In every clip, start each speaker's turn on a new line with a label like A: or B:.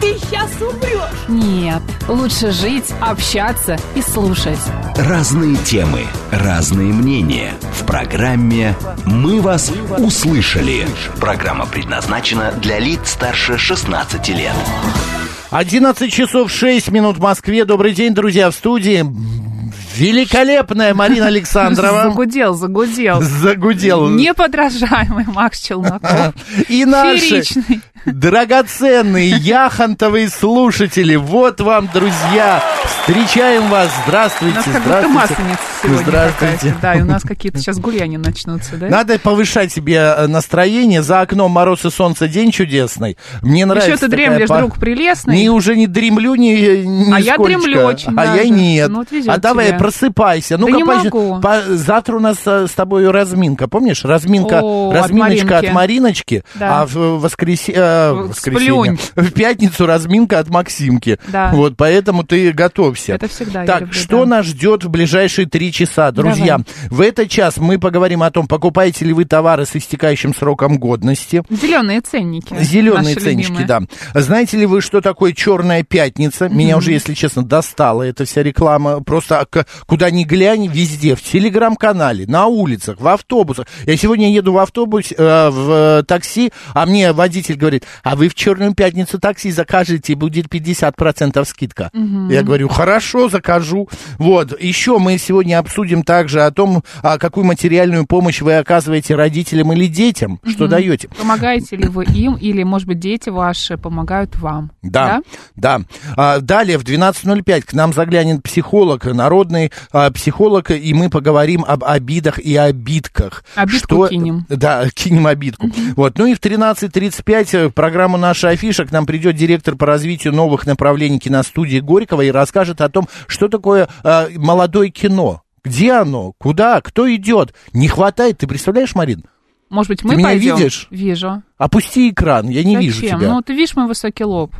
A: ты сейчас умрешь.
B: Нет, лучше жить, общаться и слушать.
C: Разные темы, разные мнения. В программе «Мы вас услышали». Программа предназначена для лиц старше 16 лет.
D: 11 часов 6 минут в Москве. Добрый день, друзья, в студии. Великолепная Марина Александрова.
B: Загудел, загудел.
D: Загудел.
B: Неподражаемый Макс Челноков.
D: И наши
B: Фееричный.
D: драгоценные яхонтовые слушатели. Вот вам, друзья. Встречаем вас.
B: У
D: Здравствуйте,
B: нас как будто
D: здравствуйте.
B: масленица сегодня
D: Здравствуйте.
B: какая-то. Да, и у нас какие-то сейчас гуляния начнутся, да?
D: Надо повышать себе э, настроение. За окном мороз и солнце, день чудесный. Мне нравится.
B: Еще ты
D: такая
B: дремлешь,
D: пора.
B: друг прелестный.
D: Не уже не дремлю, не,
B: А я дремлю очень,
D: А
B: да,
D: я
B: да.
D: нет.
B: Ну, вот везет
D: а давай
B: тебе.
D: просыпайся. Ну-ка,
B: Да не
D: пойдем.
B: могу.
D: По- завтра у нас э, с тобой разминка, помнишь? Разминка,
B: О,
D: разминочка
B: от
D: от, Мариночки,
B: Да.
D: а в воскресе- э,
B: Вот сплюнь.
D: воскресенье, в пятницу разминка от Максимки.
B: Да.
D: Вот, поэтому ты готовься.
B: Это всегда я
D: Так,
B: люблю,
D: что
B: да.
D: нас ждет в ближайшие три часа, друзья?
B: Давай.
D: В этот час мы поговорим о том, покупаете ли вы товары с истекающим сроком годности.
B: Зеленые ценники.
D: Зеленые
B: наши
D: ценнички,
B: любимые.
D: да. Знаете ли вы, что такое черная пятница? Меня уже, если честно, достала эта вся реклама. Просто к- куда ни глянь, везде. В телеграм-канале, на улицах, в автобусах. Я сегодня еду в автобус, э, в э, такси, а мне водитель говорит, а вы в черную пятницу такси закажете, будет 50% скидка. Я говорю, хорошо, закажу. Вот. Еще мы сегодня обсудим также о том, а, какую материальную помощь вы оказываете родителям или детям, что даете.
B: Помогаете ли вы им, или, может быть, дети ваши помогают вам?
D: Да, да. А, далее в 12.05 к нам заглянет психолог, народный а, психолог, и мы поговорим об обидах и обидках.
B: Обидку кинем.
D: Да, кинем обидку. Вот. Ну и в 13.35 э, в программу «Наша афиша» к нам придет директор по развитию новых направлений киностудии Горького и расскажет о том, что такое э, молодое кино. Где оно? Куда? Кто идет? Не хватает. Ты представляешь, Марин?
B: Может быть, мы
D: меня
B: пойдем?
D: видишь?
B: Вижу.
D: Опусти экран, я не вижу
B: Зачем?
D: тебя.
B: Ну, ты видишь мой высокий лоб.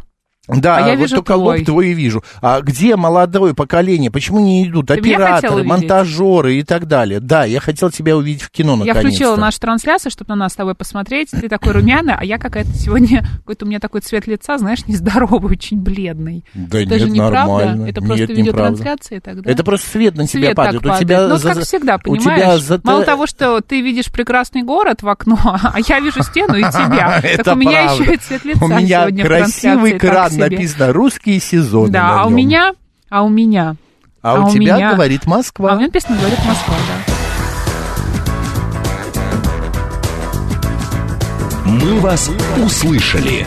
D: Да,
B: А я
D: вот
B: вижу
D: только
B: твой.
D: лоб твой и вижу. А где молодое поколение? Почему не идут
B: Ты меня хотела
D: операторы,
B: увидеть?
D: монтажеры и так далее? Да, я хотел тебя увидеть в кино
B: Я
D: Ну, наконец-то.
B: включила нашу трансляцию, чтобы на нас с тобой посмотреть. Ты такой румяный, а я какая-то сегодня... Какой-то у меня такой цвет лица, знаешь, нездоровый, очень бледный.
D: Да
B: Это же
D: нет,
B: неправда.
D: нормально.
B: Это просто
D: Нет, неправда.
B: видеотрансляция тогда.
D: Это просто свет на тебя
B: Свет
D: падает.
B: так падает.
D: У тебя
B: ну,
D: за-
B: как всегда,
D: у
B: понимаешь?
D: тебя за-
B: Мало того, что ты видишь прекрасный город в окно, а я вижу стену и тебя.
D: Это
B: Так у меня
D: правда.
B: еще и цвет лица
D: у меня
B: сегодня в
D: красивый
B: трансляции, так
D: экран
B: себе.
D: написано «Русские сезоны» на
B: Да, а у
D: нем.
B: меня... А у меня...
D: а,
B: а
D: у
B: у
D: тебя
B: меня-
D: говорит Москва.
B: А у меня песня говорит Москва, да.
C: «Мы вас услышали».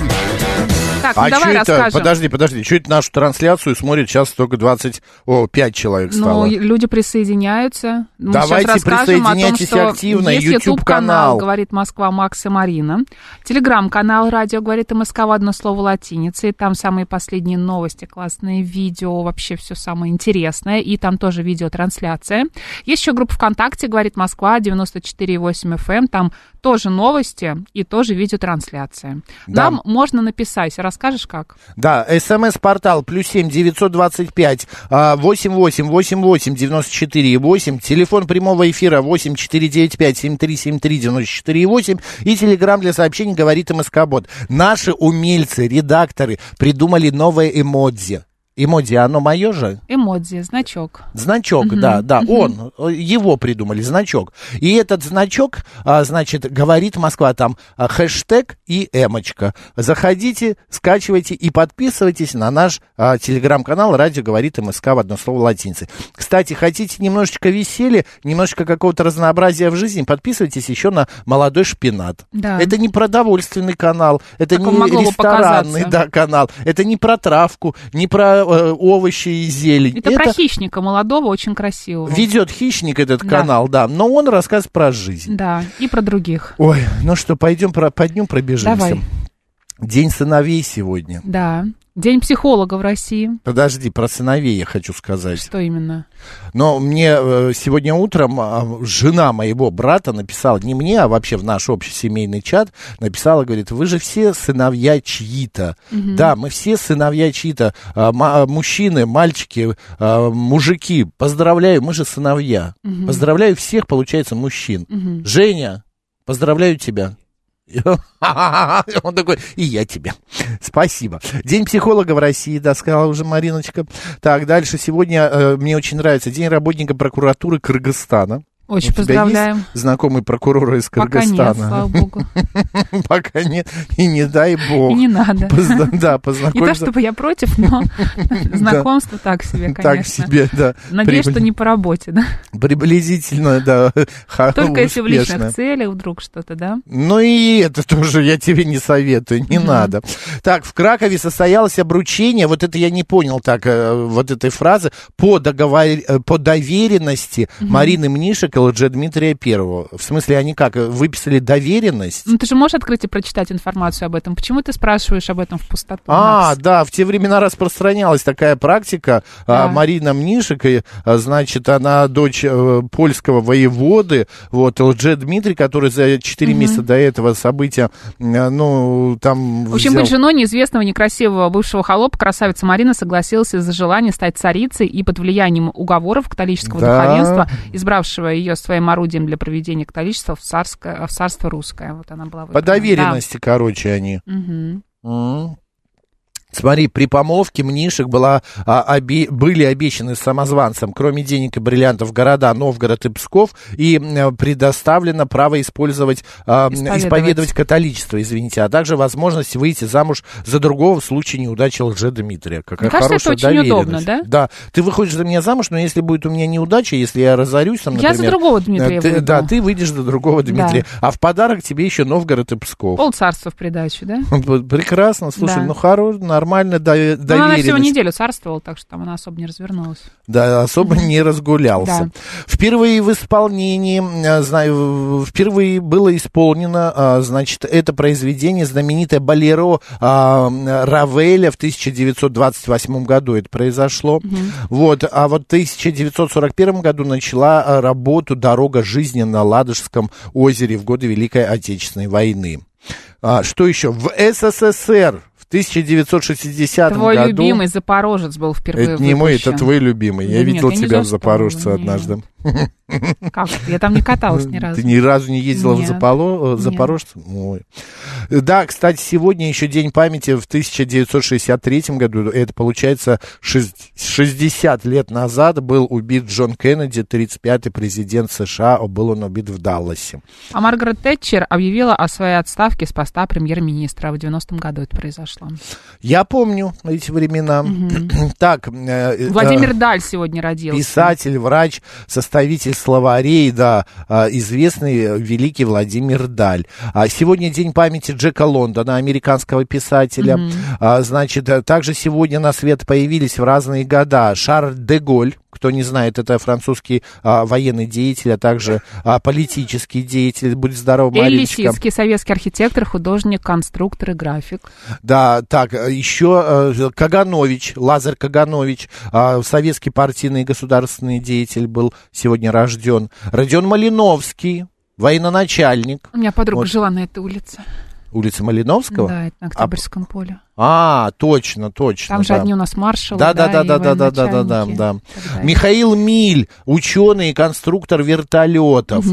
B: Так, ну
D: А
B: давай
D: чё это?
B: расскажем.
D: Подожди, подожди. Что это нашу трансляцию смотрит сейчас только 25 человек
B: Ну,
D: стало?
B: и люди присоединяются. Ну, Мы
D: Давайте
B: сейчас расскажем о том,
D: присоединяйтесь
B: что
D: активно.
B: есть
D: YouTube-канал.
B: YouTube-канал «Говорит Москва» Макс и Марина. Телеграм-канал «Радио говорит и Москва» в одно слово латиницы. И там самые последние новости, классные видео, вообще все самое интересное. И там тоже видеотрансляция. Есть еще группа ВКонтакте «Говорит Москва» 94,8 FM. эм. Там тоже новости и тоже видеотрансляция.
D: Да.
B: Нам можно написать. Расскажешь, как?
D: Да, смс-портал плюс семь девятьсот двадцать пять а, восемь восемь восемь восемь девяносто четыре и восемь. Телефон прямого эфира восемь четыре девять пять семь три семь три девяносто четыре и восемь. И телеграмм для сообщений говорит МСК-бот. Наши умельцы, редакторы придумали новое эмодзи. Эмодзи, оно мое же?
B: Эмодзи, значок.
D: Значок, да, да, он, э, его придумали, значок. И этот значок, а, значит, говорит Москва, там а, хэштег и эмочка. Заходите, скачивайте и подписывайтесь на наш а, телеграм-канал «Радио говорит МСК» в одно слово латиницы. Кстати, хотите немножечко веселья, немножечко какого-то разнообразия в жизни, подписывайтесь еще на «Молодой шпинат».
B: Да.
D: Это не продовольственный канал, это
B: Как
D: не
B: он могло бы
D: ресторанный
B: показаться?
D: да, канал, это не про травку, не про э, овощи и зелень.
B: Это, про хищника молодого, очень красивого.
D: Ведет хищник этот
B: Да.
D: канал, да, но он рассказывает про жизнь.
B: Да, и про других.
D: Ой, ну что, пойдем про, по дню пробежимся.
B: Давай.
D: День сыновей сегодня.
B: Да. День психолога в России.
D: Подожди, про сыновей я хочу сказать.
B: Что именно?
D: Но мне э, сегодня утром а, жена моего брата написала, не мне, а вообще в наш общий семейный чат, написала, говорит, вы же все сыновья чьи-то. Да, мы все сыновья чьи-то. А, ма- мужчины, мальчики, а, мужики, поздравляю, мы же сыновья. Поздравляю всех, получается, мужчин. Женя, поздравляю тебя. Он такой, и я тебя. Спасибо. День психолога в России, да, сказала уже Мариночка. Так, дальше. Сегодня э, мне очень нравится День работника прокуратуры Кыргызстана.
B: Очень
D: У тебя
B: поздравляем.
D: есть знакомый прокурор из
B: Пока
D: Кыргызстана?
B: нет, слава богу.
D: Пока нет. И не дай бог.
B: И не надо.
D: Позна- Да,
B: Не то
D: познакомься.
B: чтобы я против, но знакомство так себе, конечно.
D: Так себе, да.
B: Надеюсь,
D: Прибли-
B: что не по работе, да?
D: Приблизительно, да. ха-
B: Только если в
D: успешно.
B: личных целях вдруг что-то, да?
D: Ну и это тоже я тебе не советую, не надо. Так, в Кракове состоялось обручение, вот это я не понял так, э, вот этой фразы, по, договор... э, по доверенности Марины Мнишек и Лже Дмитрия Первого. В смысле, они как, э, выписали доверенность?
B: Ну, ты же можешь открыть и прочитать информацию об этом. Почему ты спрашиваешь об этом в пустоту?
D: А,
B: Макс?
D: да, в те времена распространялась такая практика. А,
B: Да.
D: Марина Мнишек, и, а, значит, она дочь э, польского воеводы, вот, Лже Дмитрий, который за 4 месяца до этого события, э, ну, там...
B: В общем,
D: взял-
B: быть женой неизвестного некрасивого бывшего холопа красавица Марина согласилась из-за желания стать царицей и под влиянием уговоров католического
D: Да.
B: духовенства, избравшего ее своим орудием для проведения католичества в, царское, в царство русское. Вот она была
D: По
B: выбрана.
D: доверенности, короче, они.
B: Да. Мгм.
D: М. Смотри, при помолвке Мнишек была, а, обе- были обещаны самозванцам, кроме денег и бриллиантов, города Новгород и Псков, и э, предоставлено право использовать, а, м,
B: Исповедовать.
D: исповедовать. католичество, извините, а также возможность выйти замуж за другого в случае неудачи лже Дмитрия. Какая
B: Мне кажется, это
D: хорошая
B: очень удобно,
D: доверенность.
B: да?
D: Да. Ты выходишь за меня замуж, но если будет у меня неудача, если я разорюсь, там,
B: Я
D: например...
B: за другого
D: э,
B: Дмитрия
D: ты-
B: выйду.
D: Да, ты выйдешь за другого Дмитрия. А в подарок тебе еще Новгород и Псков.
B: Пол царства в придачу, да?
D: Вот Прекрасно, слушай,
B: Да.
D: ну хорош, нормально, дове-
B: Ну, она всего
D: доверенность.
B: неделю царствовала, так что там она особо не развернулась.
D: Да, особо не разгулялся.
B: Да.
D: Впервые в исполнении, э, знаю, в- впервые было исполнено, а, значит, это произведение, знаменитое Болеро а, Равеля в 1928 году это произошло. Вот, а вот в 1941 году начала а, работу «Дорога жизни» на Ладожском озере в годы Великой Отечественной войны. А, что еще? В СССР в 1960
B: Твой
D: году...
B: любимый Запорожец был впервые
D: Это не мой, это
B: выпущен.
D: твой любимый. Я
B: Нет,
D: видел
B: я не
D: тебя в
B: заставила,
D: Запорожце
B: нет.
D: однажды.
B: Как? это? Я там не каталась ни разу.
D: Ты ни разу не ездила в
B: Нет.
D: Заполо- э, Запорожце? Ой. Да, кстати, сегодня еще День памяти в 1963 году. Это, получается, шесть- 60 лет назад был убит Джон Кеннеди, 35-й президент США. Был он убит в Далласе.
B: А Маргарет Тэтчер объявила о своей отставке с поста премьер-министра. В 90-м году это произошло.
D: Я помню эти времена. Так, э, э,
B: Владимир Даль сегодня родился.
D: Писатель, врач, составитель словарей, да, а, известный э, великий Владимир Даль. А Сегодня день памяти Джека Лондона, американского писателя. А, Значит, э, также сегодня на свет появились в разные года Шарль де Голь, кто не знает, это французский а, военный деятель, а также а, политический деятель. Будь здоров,
B: Эль
D: Мариночка.
B: Лисицкий, советский архитектор, художник, конструктор и график.
D: Да, так, э, еще э, Каганович, Лазарь Каганович, э, советский партийный и государственный деятель был сегодня рожден. Родион Малиновский, военачальник
B: У меня подруга
D: Вот.
B: жила на этой улице.
D: улицы Малиновского.
B: Да, это на Октябрьском поле.
D: А, точно, точно.
B: Там же
D: да.
B: одни у нас маршалы,
D: Да, да, да,
B: и
D: да, да, да, да, да, да,
B: военачальники
D: да.
B: и так далее.
D: Михаил Миль, ученый и конструктор вертолетов.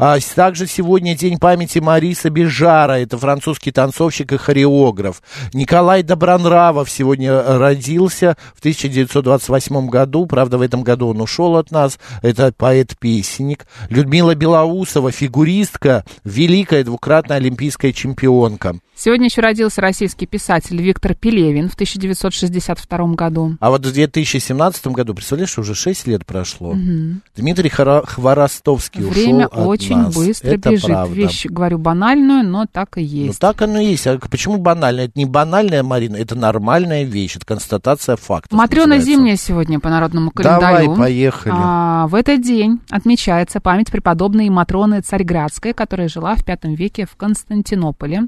D: А, с- также сегодня день памяти Мариса Бежара, это французский танцовщик и хореограф. Николай Добронравов сегодня э, родился в 1928 году, правда, в этом году он ушел от нас, это поэт-песенник. Людмила Белоусова, фигуристка, великая двукратная олимпийская чемпионка.
B: Сегодня еще родился российский писатель Виктор Пелевин в 1962 году.
D: А вот в 2017 году, представляешь, уже 6 лет прошло. Дмитрий Хора- Хворостовский
B: Время
D: ушел от
B: очень
D: нас.
B: быстро
D: Это
B: бежит.
D: правда.
B: Вещь, говорю, банальную, но так и
D: Ну
B: есть.
D: так оно и есть. А почему банально? Это не банальная, Марина, это нормальная вещь, это констатация факта.
B: Матрена
D: называется.
B: зимняя сегодня по народному
D: Давай,
B: календарю.
D: поехали.
B: А, в этот день отмечается память преподобной Матроны Царьградской, которая жила в V веке в Константинополе.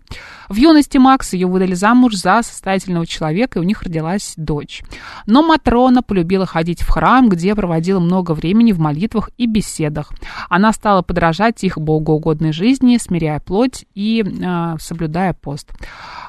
B: В юности Макс ее выдали замуж за состоятельного человека, и у них родилась дочь. Но Матрона полюбила ходить в храм, где проводила много времени в молитвах и беседах. Она стала подражать их богоугодной жизни, смиряя плоть и э, соблюдая пост.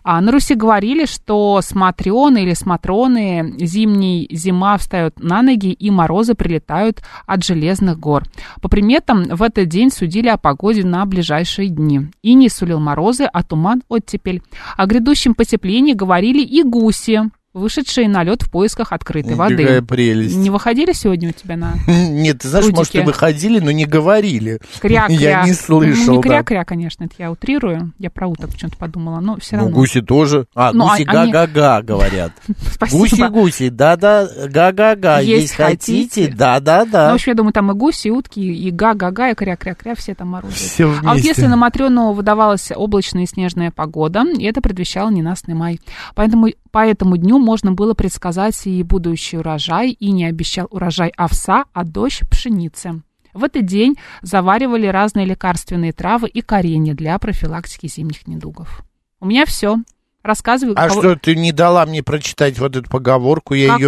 B: А на Руси говорили, что с Матрионы или с Матроны зимний зима встает на ноги, и морозы прилетают от железных гор. По приметам, в этот день судили о погоде на ближайшие дни. И не сулил морозы, а туман оттепель. О грядущем потеплении говорили и гуси, вышедшие на лед в поисках открытой
D: Какая
B: воды.
D: прелесть.
B: Не выходили сегодня у тебя на
D: Нет, ты знаешь, может, и
B: Прудики.
D: выходили, но не говорили.
B: кря-кря?
D: Я не слышал,
B: Ну, не
D: да.
B: кря-кря, конечно, это я утрирую. Я про уток почему-то подумала, но все
D: Ну,
B: равно.
D: гуси тоже. А,
B: Ну, а-
D: гуси
B: они-
D: га-га-га, говорят.
B: Спасибо.
D: Гуси-гуси, да-да, га-га-га.
B: Есть
D: Есть хотите,
B: хотите. Ну, в
D: да-да-да.
B: общем, я думаю, там и гуси, и утки, и га-га-га, и кря-кря-кря, все там оружие.
D: Все вместе.
B: А вот если на Матрёну выдавалась облачная и снежная погода, и это предвещало ненастный май. Поэтому по этому дню можно было предсказать и будущий урожай, и не обещал урожай овса, а дождь пшеницы. В этот день заваривали разные лекарственные травы и коренья для профилактики зимних недугов. У меня все. Рассказываю.
D: А
B: кого-
D: что, ты не дала мне прочитать вот эту поговорку? Я ее...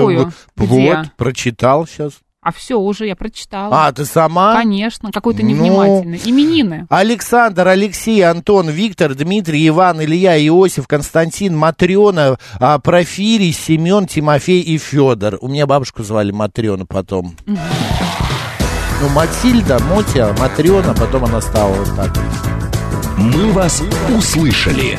B: Какую? Где?
D: Вот, прочитал сейчас.
B: А все уже я прочитала.
D: А, ты сама?
B: Конечно, какой-то
D: Ну.
B: невнимательный. Именины.
D: Александр, Алексей, Антон, Виктор, Дмитрий, Иван, Илья, Иосиф, Константин, Матрена, а, Профирий, Семен, Тимофей и Федор. У меня бабушку звали Матрена потом. Ну, Матильда, Мотя, Матрена, потом она стала вот так.
C: «Мы вас услышали».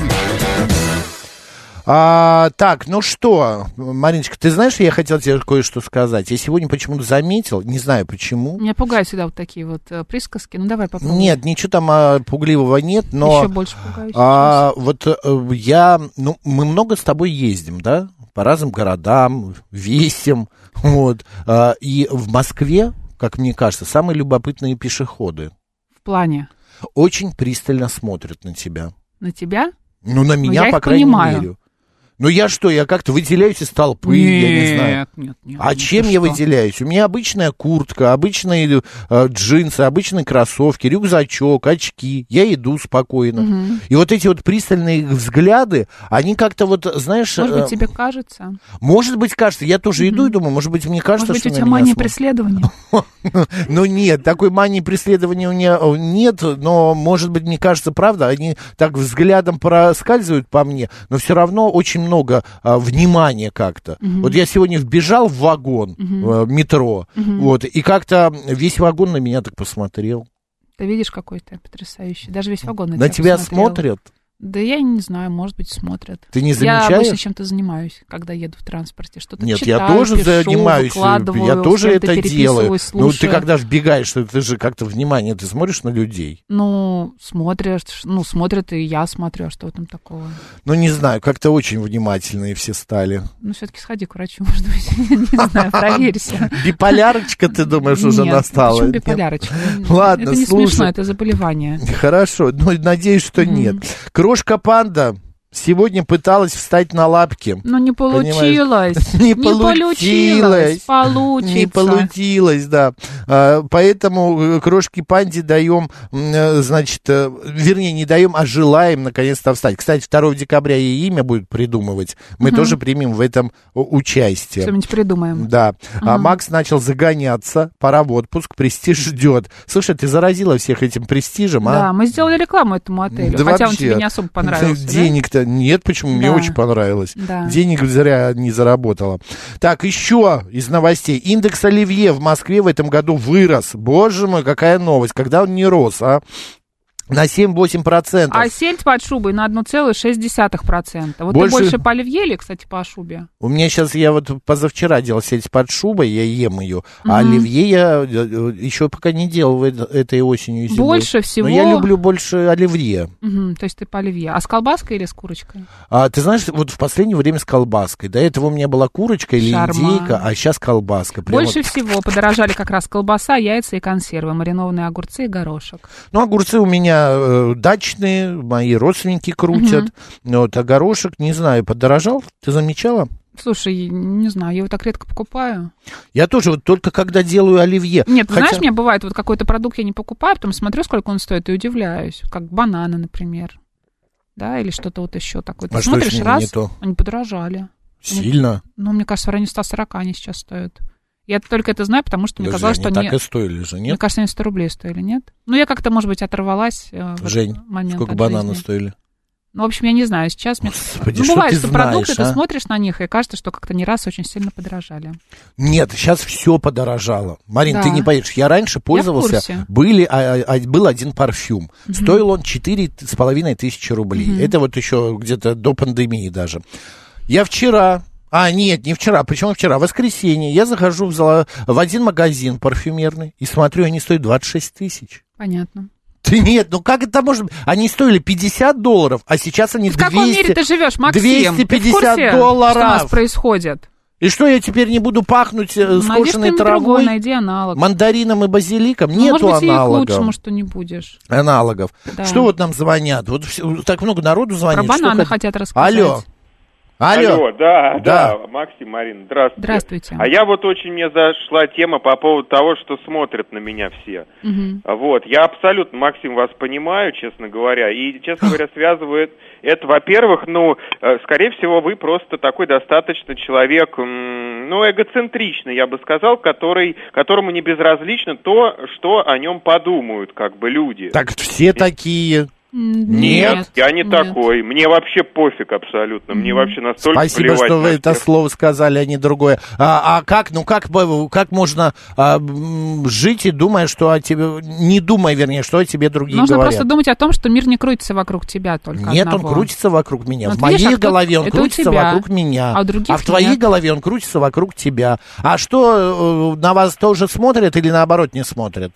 D: А, так, ну что, Мариночка, ты знаешь, я хотел тебе кое-что сказать. Я сегодня почему-то заметил, не знаю почему.
B: Меня пугают всегда вот такие вот э, присказки. Ну, давай попробуем.
D: Нет, ничего там а, пугливого нет, но...
B: Еще больше пугающих.
D: А, вот э, я, ну, мы много с тобой ездим, да, по разным городам, весим, вот, А, и в Москве, как мне кажется, самые любопытные пешеходы
B: В плане
D: очень пристально смотрят на тебя.
B: на тебя?
D: Ну, на меня,
B: я их
D: по крайней
B: понимаю.
D: мере. Ну, я что, я как-то выделяюсь из толпы, я не знаю.
B: Нет, нет, нет.
D: А
B: ну,
D: чем
B: ты
D: я
B: что?
D: выделяюсь? У меня обычная куртка, обычные э, джинсы, обычные кроссовки, рюкзачок, очки. Я иду спокойно. И вот эти вот пристальные их взгляды, они как-то вот, знаешь,
B: Может быть,
D: э,
B: тебе кажется?
D: может быть, кажется, я тоже иду и думаю, может быть, мне кажется,
B: Может быть,
D: что
B: у тебя
D: на меня
B: мания
D: смотрят.
B: преследования?
D: Ну нет, такой мании преследования у меня э, нет, но, может быть, мне кажется, правда, они так взглядом проскальзывают по мне, но все равно очень много а, внимания как-то. Вот я сегодня вбежал в вагон э, метро, вот, и как-то весь вагон на меня так посмотрел.
B: Ты видишь, какой ты потрясающий. Даже весь вагон на,
D: На тебя
B: посмотрел.
D: смотрят?
B: Да я не знаю, может быть, смотрят.
D: Ты не
B: Я
D: замечаешь?
B: обычно чем-то занимаюсь, когда еду в транспорте. Что-то
D: Нет,
B: читаю,
D: я тоже
B: пишу,
D: занимаюсь, э,
B: выкладываю,
D: я
B: с
D: тоже
B: кем-то
D: это делаю.
B: переписываюсь,
D: Ну, ты
B: слушаю.
D: когда вбегаешь, ты же как-то внимание, ты смотришь на людей.
B: Ну, смотришь, ну, смотрят, и я смотрю, а что там такого?
D: Ну, не знаю, как-то очень внимательные все стали.
B: Ну, все-таки сходи к врачу, может быть, не знаю, проверься.
D: Биполярочка, ты думаешь, Ну, уже
B: Нет,
D: настала?
B: Почему
D: Нет?
B: биполярочка?
D: Ладно,
B: Это не
D: слушай.
B: смешно, это заболевание.
D: Хорошо, ну, надеюсь, что нет. Крошка панда сегодня пыталась встать на лапки.
B: Но не получилось.
D: Не получилось.
B: получилось. Получится.
D: Не получилось, да. А, Поэтому э, крошке панде даем, м, э, значит, э, вернее, не даем, а желаем наконец-то встать. Кстати, 2 декабря ей имя будут придумывать. Мы тоже примем в этом у- участие.
B: Что-нибудь придумаем.
D: Да. А Макс начал загоняться, пора в отпуск, престиж ждет. Слушай, ты заразила всех этим престижем, а?
B: Да, мы сделали рекламу этому отелю.
D: Да
B: хотя он
D: вообще.
B: тебе не особо понравился. да?
D: Денег-то нет, почему? Мне
B: Да.
D: очень понравилось.
B: Да.
D: Денег зря не заработала. Так, еще из новостей. Индекс Оливье в Москве в этом году вырос. Боже мой, какая новость. Когда он не рос, а? на 7-8%.
B: А сельдь под шубой на 1,6%. Вот
D: Больше-
B: ты больше по оливье или, кстати, по шубе?
D: У меня сейчас, я вот позавчера делал сельдь под шубой, я ем ее, а оливье я еще пока не делал в э- этой осенью и зимой.
B: Больше всего-
D: Но я люблю больше оливье.
B: Мгм, то есть ты по оливье. А с колбаской или с курочкой?
D: А, ты знаешь, вот в последнее время с колбаской. До этого у меня была курочка или
B: Шарма.
D: индейка, а сейчас колбаска. Прям
B: Больше
D: вот.
B: всего подорожали как раз колбаса, яйца и консервы, маринованные огурцы и горошек.
D: Ну, огурцы у меня э, дачные, мои родственники крутят. Вот, а горошек, не знаю, подорожал? Ты замечала?
B: Слушай, не знаю, я его так редко покупаю.
D: Я тоже вот только когда делаю оливье.
B: Нет, ты
D: Хотя-
B: знаешь, мне бывает, вот какой-то продукт я не покупаю, потом смотрю, сколько он стоит, и удивляюсь. Как бананы, например. Да, или что-то вот еще такое. Ты
D: А что, если
B: смотришь
D: не-
B: раз,
D: не то?
B: они подорожали.
D: Сильно.
B: Ну, мне кажется, в районе 140 они сейчас стоят. Я только это знаю, потому что мне
D: Подожди,
B: казалось,
D: они
B: что они...
D: так и стоили же,
B: Мне
D: нет?
B: кажется, они 100 рублей стоили, нет? Ну, я как-то, может быть, оторвалась э, в
D: Жень,
B: этот момент
D: Сколько
B: от
D: бананы
B: жизни.
D: стоили?
B: Ну, в общем, я не знаю, сейчас мне...
D: Господи,
B: ну,
D: что
B: бывает,
D: ты
B: что
D: знаешь,
B: продукты,
D: а?
B: ты смотришь на них, и кажется, что как-то не раз очень сильно подорожали.
D: Нет, сейчас все подорожало. Марин,
B: Да.
D: ты не поверишь, я раньше пользовался,
B: курсе.
D: были, а, а, а, был один парфюм. Стоил он четыре т- с половиной тысячи рублей. Это вот еще где-то до пандемии даже. Я вчера... А, нет, не вчера. Почему вчера? В воскресенье я захожу в, зала- в один магазин парфюмерный и смотрю, они стоят 26 тысяч.
B: Понятно.
D: Ты нет, ну как это может быть? Они стоили 50 долларов, а сейчас они
B: В каком
D: 200.
B: мире ты живешь, Максим? ты в
D: 250
B: курсе,
D: долларов.
B: что у нас происходит?
D: И что, я теперь не буду пахнуть э,
B: Найди
D: скошенной
B: что-нибудь другое,
D: травой?
B: найди аналог.
D: мандарином и базиликом
B: Ну,
D: нету
B: может быть, и к лучшему,
D: аналогов.
B: что не будешь.
D: Аналогов.
B: Да.
D: Что вот нам звонят? Вот все- так много народу звонит.
B: Про
D: что
B: бананы
D: хот-
B: хотят рассказать.
D: Алло. Алло.
E: да,
D: Да.
E: да, Максим, Марина, здравствуйте.
B: Здравствуйте.
E: А я вот очень мне зашла тема по поводу того, что смотрят на меня все.
B: Мгм.
E: Вот, я абсолютно, Максим, вас понимаю, честно говоря, и, честно говоря, связывает это, во-первых, ну, э, скорее всего, вы просто такой достаточно человек, м, ну, эгоцентричный, я бы сказал, который, которому не безразлично то, что о нем подумают, как бы, люди.
D: Так все такие.
B: М,
D: Нет,
E: Я не
B: нет.
E: такой, мне вообще пофиг абсолютно, мне вообще настолько
D: Спасибо,
E: плевать
D: что вы
E: на
D: это
E: всех.
D: слово сказали, а не другое. А, а как, ну как, бы- как можно а, м, жить и думая, что о тебе, не думая, вернее, что о тебе другие
B: Нужно
D: говорят?
B: просто думать о том, что мир не крутится вокруг тебя только
D: Нет,
B: одного.
D: он крутится вокруг меня.
B: Ну,
D: в
B: ты
D: моей
B: видишь, а кто-
D: голове он
B: это у
D: крутится
B: тебя,
D: вокруг меня.
B: а у других
D: в твоей
B: нет.
D: голове он крутится вокруг тебя. А что, э, на вас тоже смотрят или наоборот не смотрят?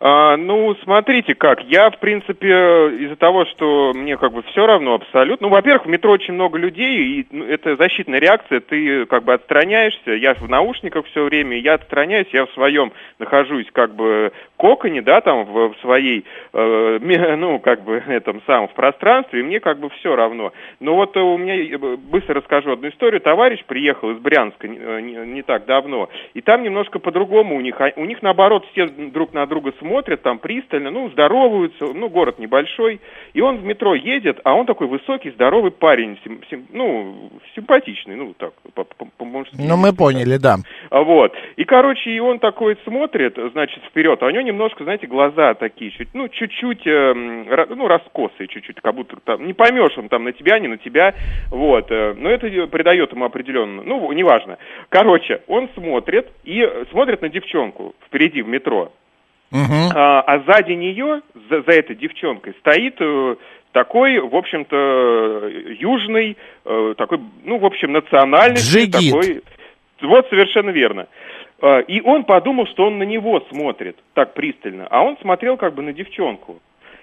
E: А, ну, смотрите как, я, в принципе, из-за того, что мне как бы все равно абсолютно, ну, во-первых, в метро очень много людей, и ну, это защитная реакция, ты как бы отстраняешься, я в наушниках все время, я отстраняюсь, я в своем нахожусь как бы коконе, да, там, в, в своей, э, ме- ну, как бы, этом самом, в пространстве, и мне как бы все равно. Но вот э, у меня, э, быстро расскажу одну историю, товарищ приехал из Брянска не- э, не не так давно, и там немножко по-другому у них. А- У них, наоборот, все друг на друга смотрят, там пристально, ну, здороваются, ну, город небольшой. И он в метро едет, а он такой высокий, здоровый парень, сим- сим- ну, симпатичный, ну, так, по- по- по-мужски.
D: Ну, мы поняли, да.
E: А Вот. И, короче, и он такой смотрит, значит, вперед, а у него немножко, знаете, глаза такие, чуть, ну, чуть-чуть, эм, ра- ну, раскосые чуть-чуть, как будто там, не поймешь он там на тебя, не на тебя, вот. э, но это э, придает ему определенно, ну, неважно. Короче, он смотрит и э, смотрит на девчонку впереди в метро,
D: Мгм.
E: а, а сзади нее, за, за этой девчонкой, стоит э, такой, в общем-то, э, южный, э, такой, ну, в общем, национальный.
D: Джигит.
E: Такой... Вот совершенно верно. Э, и он подумал, что он на него смотрит так пристально, а он смотрел как бы на девчонку.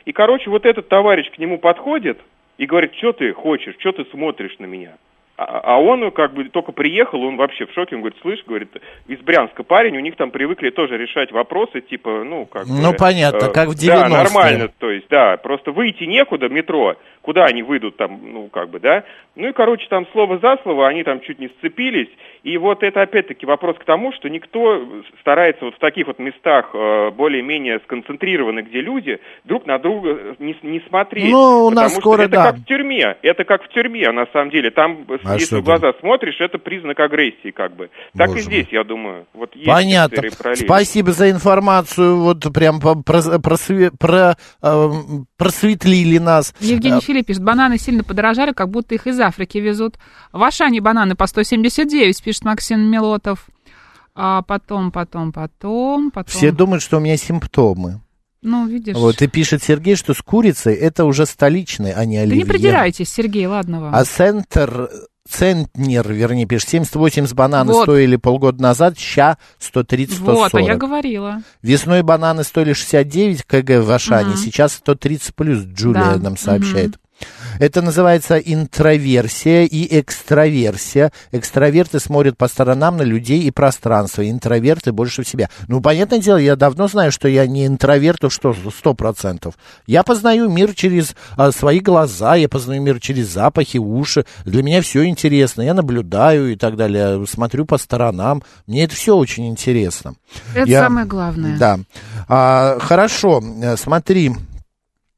E: И, короче, вот этот товарищ к нему подходит и говорит, что ты хочешь, что ты смотришь на меня? А а он ну, как бы только приехал, он вообще в шоке, он говорит, слышь, говорит, из Брянска парень, у них там привыкли тоже решать вопросы, типа, ну, как бы,
D: Ну, понятно,
E: э,
D: как в
E: Да,
D: 90-е.
E: нормально, то есть, да, просто выйти некуда, метро, куда они выйдут там, ну, как бы, да. Ну и, короче, там слово за слово, они там чуть не сцепились, и вот это опять-таки вопрос к тому, что никто старается вот в таких вот местах э, более-менее сконцентрированы, где люди, друг на друга не, с- не смотреть.
D: Ну, у нас
E: потому что
D: скоро,
E: это
D: да.
E: как в тюрьме, это как в тюрьме, на самом деле, там, э,
D: А что
E: если в
D: там?
E: глаза смотришь, это признак агрессии, как бы. Так
D: Боже
E: и здесь, я думаю. Вот есть
D: Понятно.
E: некоторые параллели.
D: Спасибо за информацию. Вот прям по- прос- просве- про, эм, просветлили нас.
B: Евгений
D: Э,
B: Филипп пишет, бананы сильно подорожали, как будто их из Африки везут. В Ашане бананы по 179, пишет Максим Милотов. А потом, потом, потом, потом.
D: Все думают, что у меня симптомы.
B: Ну, видишь.
D: Вот, и пишет Сергей, что с курицей это уже столичный, а не
B: Да
D: оливье.
B: не придирайтесь, Сергей, ладно вам.
D: А центр, центнер, вернее, пишет, 78 с банана
B: Вот.
D: стоили полгода назад, ща 130-140.
B: вот, а я говорила.
D: Весной бананы стоили 69 кг в Ашане, сейчас 130 плюс,
B: Да.
D: Джулия нам сообщает. Это называется интроверсия и экстраверсия. Экстраверты смотрят по сторонам на людей и пространство. Интроверты больше в себя. Ну, понятное дело, я давно знаю, что я не интроверт, уж что сто процентов. Я познаю мир через а, свои глаза, я познаю мир через запахи, уши. Для меня все интересно. Я наблюдаю и так далее, смотрю по сторонам. Мне это все очень интересно.
B: Это
D: Я-
B: самое главное.
D: Да. А, хорошо, э, смотри.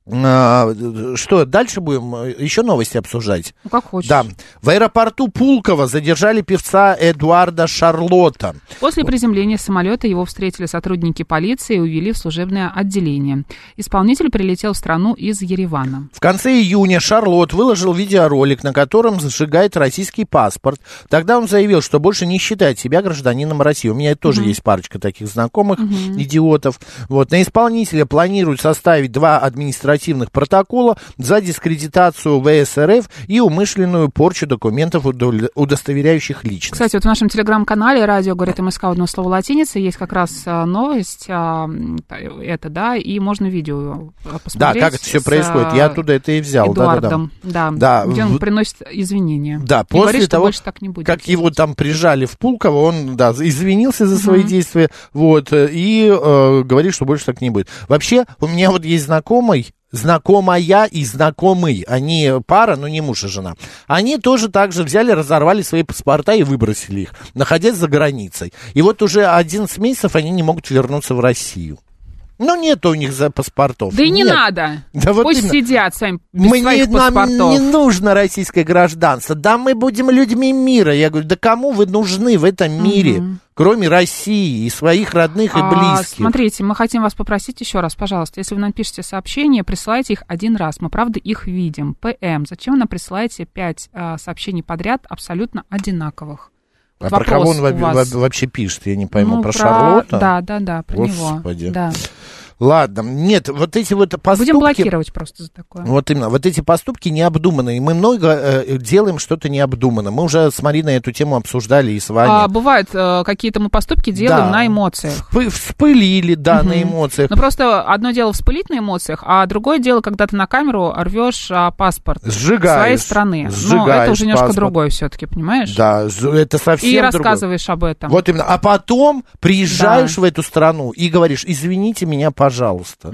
D: А, э, Что, дальше будем э, еще новости обсуждать?
B: Ну, как хочешь.
D: Да. В аэропорту Пулково задержали певца Эдуарда Шарлота.
B: После приземления самолета его встретили сотрудники полиции и увели в служебное отделение. Исполнитель прилетел в страну из Еревана.
D: В конце июня Шарлот выложил видеоролик, на котором зажигает российский паспорт. Тогда он заявил, что больше не считает себя гражданином России. У меня тоже есть парочка таких знакомых идиотов. Вот. На исполнителя планируют составить два административных протокола за дискредитацию ВСРФ и умышленную порчу документов, удол- удостоверяющих личность.
B: Кстати, вот в нашем телеграм-канале «Радио говорит МСК» одно слово латиница, есть как раз а, новость, а, м, та- это, да, и можно видео а,
D: Да,
B: посмотреть.
D: как это все
B: с,
D: происходит.
B: а,
D: Я оттуда это и взял. Да-да-да.
B: Эдуардом, да,
D: Да,
B: где он
D: в-
B: приносит извинения.
D: Да,
B: И
D: после
B: говорит, что
D: того,
B: больше так не будет.
D: Как его там прижали в Пулково, он, да, извинился за свои действия, вот, э, и э, говорит, что больше так не будет. Вообще, у меня вот есть знакомый, знакомая и знакомый, они пара, но не муж и жена, они тоже так же взяли, разорвали свои паспорта и выбросили их, находясь за границей. И вот уже 11 месяцев они не могут вернуться в Россию. Ну, нет у них за паспортов.
B: Да и не
D: Нет.
B: надо.
D: Да вот
B: Пусть
D: именно.
B: сидят сами без
D: Мне
B: своих
D: нам
B: паспортов.
D: не нужно российское гражданство. Да, мы будем людьми мира. Я говорю, да кому вы нужны в этом мире, кроме России и своих родных и
B: А,
D: близких?
B: Смотрите, мы хотим вас попросить еще раз, пожалуйста, если вы нам пишете сообщения, присылайте их один раз. Мы, правда, их видим. ПМ. Зачем вы нам присылаете пять а, сообщений подряд абсолютно одинаковых?
D: а
B: Вот
D: про кого
B: вопрос
D: он
B: у
D: во- во-
B: вас.
D: вообще пишет? Я не пойму.
B: Ну,
D: про, Шарлотта?
B: Да, да, да, про
D: Господи.
B: него. Да.
D: Ладно. Нет, вот эти вот поступки... Ну,
B: Будем блокировать просто за такое.
D: Вот именно. Вот эти поступки необдуманные. Мы много э, делаем что-то необдуманно. Мы уже с Мариной эту тему обсуждали и с вами.
B: А, бывают э, какие-то мы поступки делаем
D: Да. Э,
B: на эмоциях.
D: Вспы- вспылили, да, на эмоциях.
B: Ну просто одно дело вспылить на эмоциях, а другое дело, когда ты на камеру рвешь а, паспорт
D: Сжигаешь,
B: своей страны. Но
D: сжигаешь
B: это уже немножко
D: паспорт.
B: другое все-таки, понимаешь?
D: Да, з- это совсем
B: И
D: другое.
B: рассказываешь об этом.
D: Вот именно. А потом приезжаешь
B: Да.
D: в эту страну и говоришь, извините меня, пожалуйста.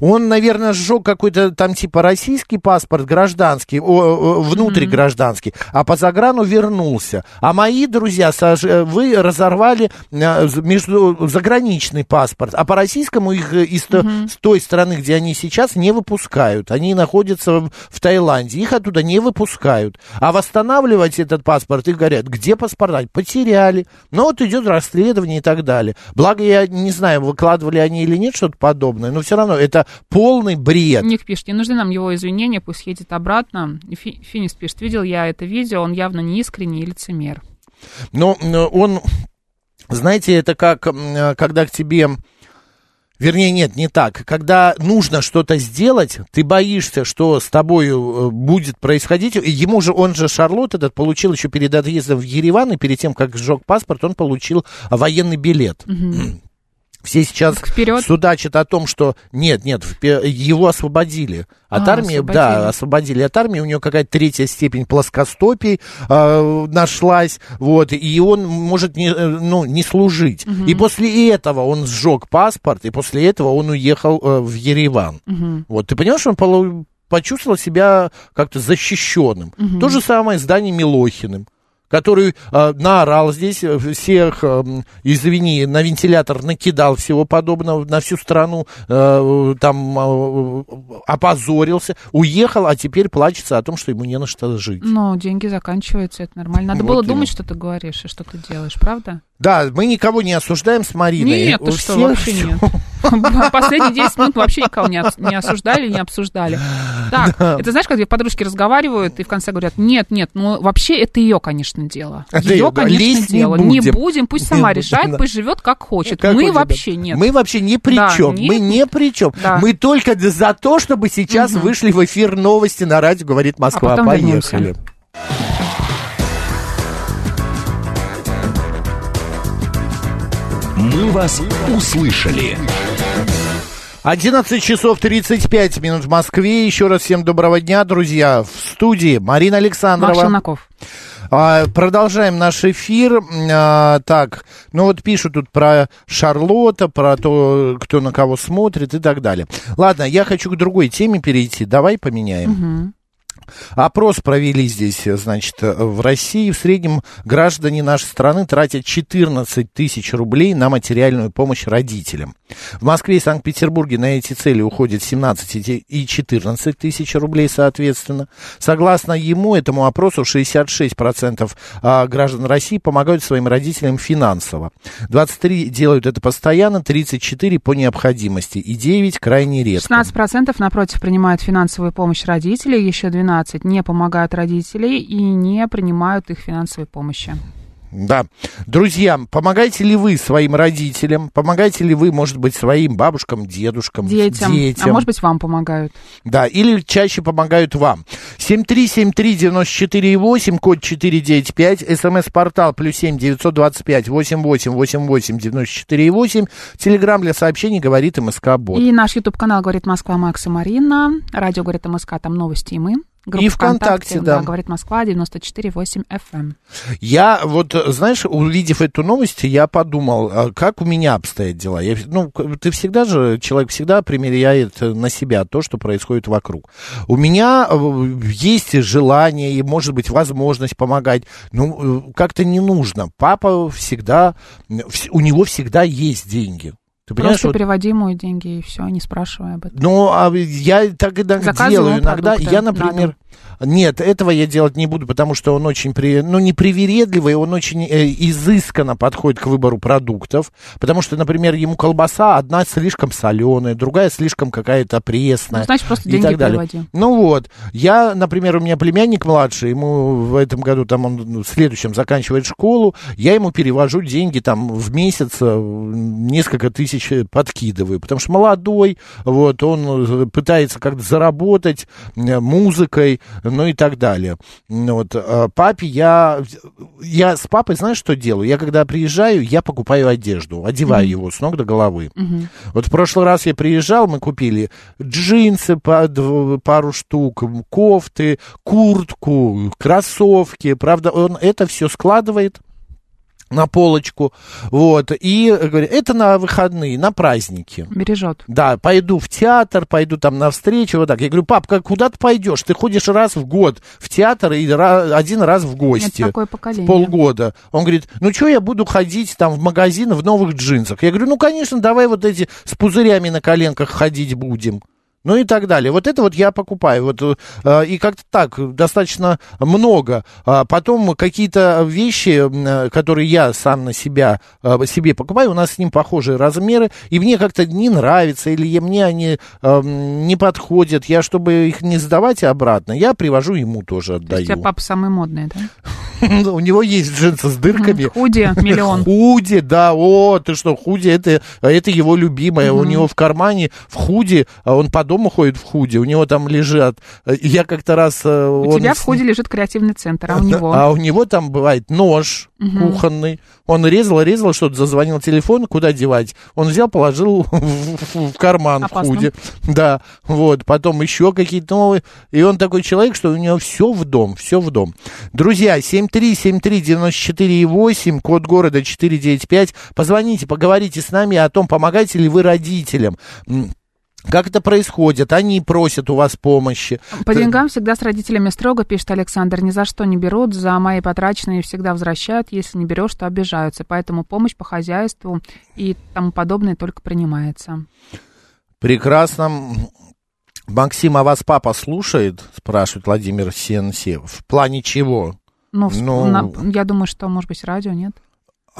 D: Он, наверное, сжег какой-то там типа российский паспорт, гражданский, о, о, внутри гражданский, а по заграну вернулся. А мои друзья, сож- э, вы разорвали э, з- между заграничный паспорт, а по российскому их э, из то- с той страны, где они сейчас, не выпускают. Они находятся в- в Таиланде, их оттуда не выпускают. А восстанавливать этот паспорт, их говорят, где паспорта? Потеряли. Но вот идет расследование и так далее. Благо, я не знаю, выкладывали они или нет что-то подобное, но все равно это полный бред.
B: Ник пишет, не нужны нам его извинения, пусть едет обратно. И Фи- Финист пишет, видел я это видео, он явно не искренний и лицемер.
D: Но м, он, знаете, это как, м, э, когда к тебе... Вернее, нет, не так. Когда нужно что-то сделать, ты боишься, что с тобой будет происходить. И Ему же, он же Шарлот этот получил еще перед отъездом в Ереван, и перед тем, как сжег паспорт, он получил военный билет. Все сейчас
B: Так вперед.
D: судачат о том, что нет, нет, впе- его освободили от
B: А,
D: армии,
B: освободили.
D: да, освободили от армии, у него какая-то третья степень плоскостопий э, нашлась, вот, и он может не, э, ну, не служить. И после этого он сжег паспорт, и после этого он уехал э, в Ереван. Вот, ты понимаешь, он полу- почувствовал себя как-то защищенным. То же самое с Даней Милохиным который э, наорал здесь э, всех, э, м, извини, на вентилятор накидал всего подобного, на всю страну э, там э, опозорился, уехал, а теперь плачется о том, что ему не на что жить.
B: Но деньги заканчиваются, это нормально. Надо
D: Вот
B: было
D: именно.
B: думать, что ты говоришь и что ты делаешь, правда?
D: Да, мы никого не осуждаем с Мариной.
B: Нет, ты
D: У
B: что,
D: всех
B: вообще
D: всё-
B: нет. Последние 10 минут вообще никого не обс- не осуждали, не обсуждали. Так, это знаешь, когда подружки разговаривают и в конце говорят, нет, нет, ну вообще это ее, конечно, дело.
D: Это её,
B: Ее,
D: да,
B: конечно,
D: лезть не
B: дело. Не
D: будем.
B: будем, пусть
D: Не
B: сама
D: будем, да.
B: решает, пусть живет как хочет.
D: Как
B: Мы
D: вот,
B: вообще
D: ребят,
B: нет.
D: Мы вообще ни при
B: Да,
D: чем.
B: ни-
D: Мы ни при чем.
B: Да.
D: Мы только д- за то, чтобы сейчас вышли в эфир новости на радио «Говорит Москва».
B: А потом вернемся.
D: Поехали.
C: «Мы вас услышали».
D: 11 часов 35 минут в Москве. Еще раз всем доброго дня, друзья. В студии Марина
B: Марк
D: Александрова.
B: Челноков.
D: А, Продолжаем наш эфир. М, а, Так, ну вот пишут тут про Шарлотта, про то, кто на кого смотрит и так далее. Ладно, я хочу к другой теме перейти. Давай поменяем. Опрос провели здесь, э, значит, э, в России. В среднем граждане нашей страны тратят 14 тысяч рублей на материальную помощь родителям. В Москве и Санкт-Петербурге на эти цели уходит 17 и- и 14 тысяч рублей, соответственно. Согласно ему, этому опросу, 66% а, граждан России помогают своим родителям финансово. 23 делают это постоянно, 34 по необходимости и 9 крайне редко.
B: 16% напротив принимают финансовую помощь родителей, еще 12% не помогают родителей и не принимают их финансовой помощи.
D: Да. Друзья, помогаете ли вы своим родителям? Помогаете ли вы, может быть, своим бабушкам, дедушкам,
B: Детям. А может быть, вам помогают.
D: Да, или чаще помогают вам. 7373948, код 495, смс-портал плюс 7 925 8888 948, телеграмм для сообщений говорит МСК Бот.
B: И наш YouTube-канал «Говорит Москва» Макс и Марина. Радио «Говорит МСК», там новости и мы. Группа
D: И ВКонтакте, да.
B: «Говорит Москва», 94,8 FM.
D: Я вот, э, знаешь, увидев эту новость, я подумал, а как у меня обстоят дела. Я, ну, к- ты всегда же, человек всегда примеряет э, на себя то, что происходит вокруг. У меня э, есть и желание и, может быть, возможность помогать. Ну, э, как-то не нужно. Папа всегда, м, вс- у него всегда есть деньги. Ты понимаешь,
B: Просто
D: вот-
B: переводи ему деньги и все, не спрашивай об этом.
D: ну, а я так иногда
B: Заказывал
D: делаю. Иногда
B: продукты
D: я,
B: на
D: например... Нет, этого я делать не буду, потому что он очень, при... ну, не привередливый, он очень э, изысканно подходит к выбору продуктов, потому что, например, ему колбаса одна слишком соленая, другая слишком какая-то пресная.
B: Ну, значит, просто
D: и
B: деньги
D: так далее.
B: переводи.
D: Ну вот, я, например, у меня племянник младший, ему в этом году, там он ну, в следующем заканчивает школу, я ему перевожу деньги там в месяц, э, несколько тысяч э, подкидываю, потому что молодой, вот, он э, пытается как-то заработать э, музыкой, ну и так далее. Ну Вот, э, папе я, я с папой, знаешь, что делаю? Я когда приезжаю, я покупаю одежду, одеваю его с ног до головы. Вот в прошлый раз я приезжал, мы купили джинсы, по дв- пару штук, м, кофты, куртку, кроссовки. Правда, он это все складывает на полочку, вот, и э, говорит, это на выходные, на праздники.
B: Бережет.
D: Да, пойду в театр, пойду там на встречу, вот так. Я говорю, пап, как, куда ты пойдешь? Ты ходишь раз в год в театр и ра- один раз в гости.
B: Это такое поколение.
D: Полгода. Он говорит, ну что я буду ходить там в магазин в новых джинсах? Я говорю, ну, конечно, давай вот эти с пузырями на коленках ходить будем. Ну и так далее. Вот это вот я покупаю. Вот, э, и как-то так, э, достаточно много. А потом какие-то вещи, м, э, которые я сам на себя, э, себе покупаю, у нас с ним похожие размеры, и мне как-то не нравится, или я- мне они эм, не подходят. Я, чтобы их не сдавать обратно, я привожу ему тоже
B: То
D: отдаю.
B: есть у тебя папа самый модный, да?
D: Ну, У него есть джинсы с дырками.
B: Худи, миллион.
D: Худи, да, о, ты что, худи, это, это его любимое, у него в кармане в худи, а он по дому ходит в худи, у него там лежат, э, я как-то раз... э,
B: У тебя в ходе лежит креативный центр, а у него...
D: А у него там бывает нож кухонный. Он резал, резал что-то, зазвонил телефон, куда девать. Он взял, положил в, в- в карман в
B: Опасно.
D: худи. Да, вот. Потом еще какие-то новые. И он такой человек, что у него все в дом, все в дом. Друзья, 7373948, код города 495. Позвоните, поговорите с нами о том, помогаете ли вы родителям. М, Как это происходит? Они просят у вас помощи.
B: По деньгам всегда с родителями строго, пишет Александр. Ни за что не берут, за мои потраченные всегда возвращают. Если не берешь, то обижаются. Поэтому помощь по хозяйству и тому подобное только принимается.
D: Прекрасно. Максим, а вас папа слушает? Спрашивает Владимир СНС. В плане чего?
B: Ну, в-
D: Ну-
B: на- я думаю, что, может быть, радио, нет?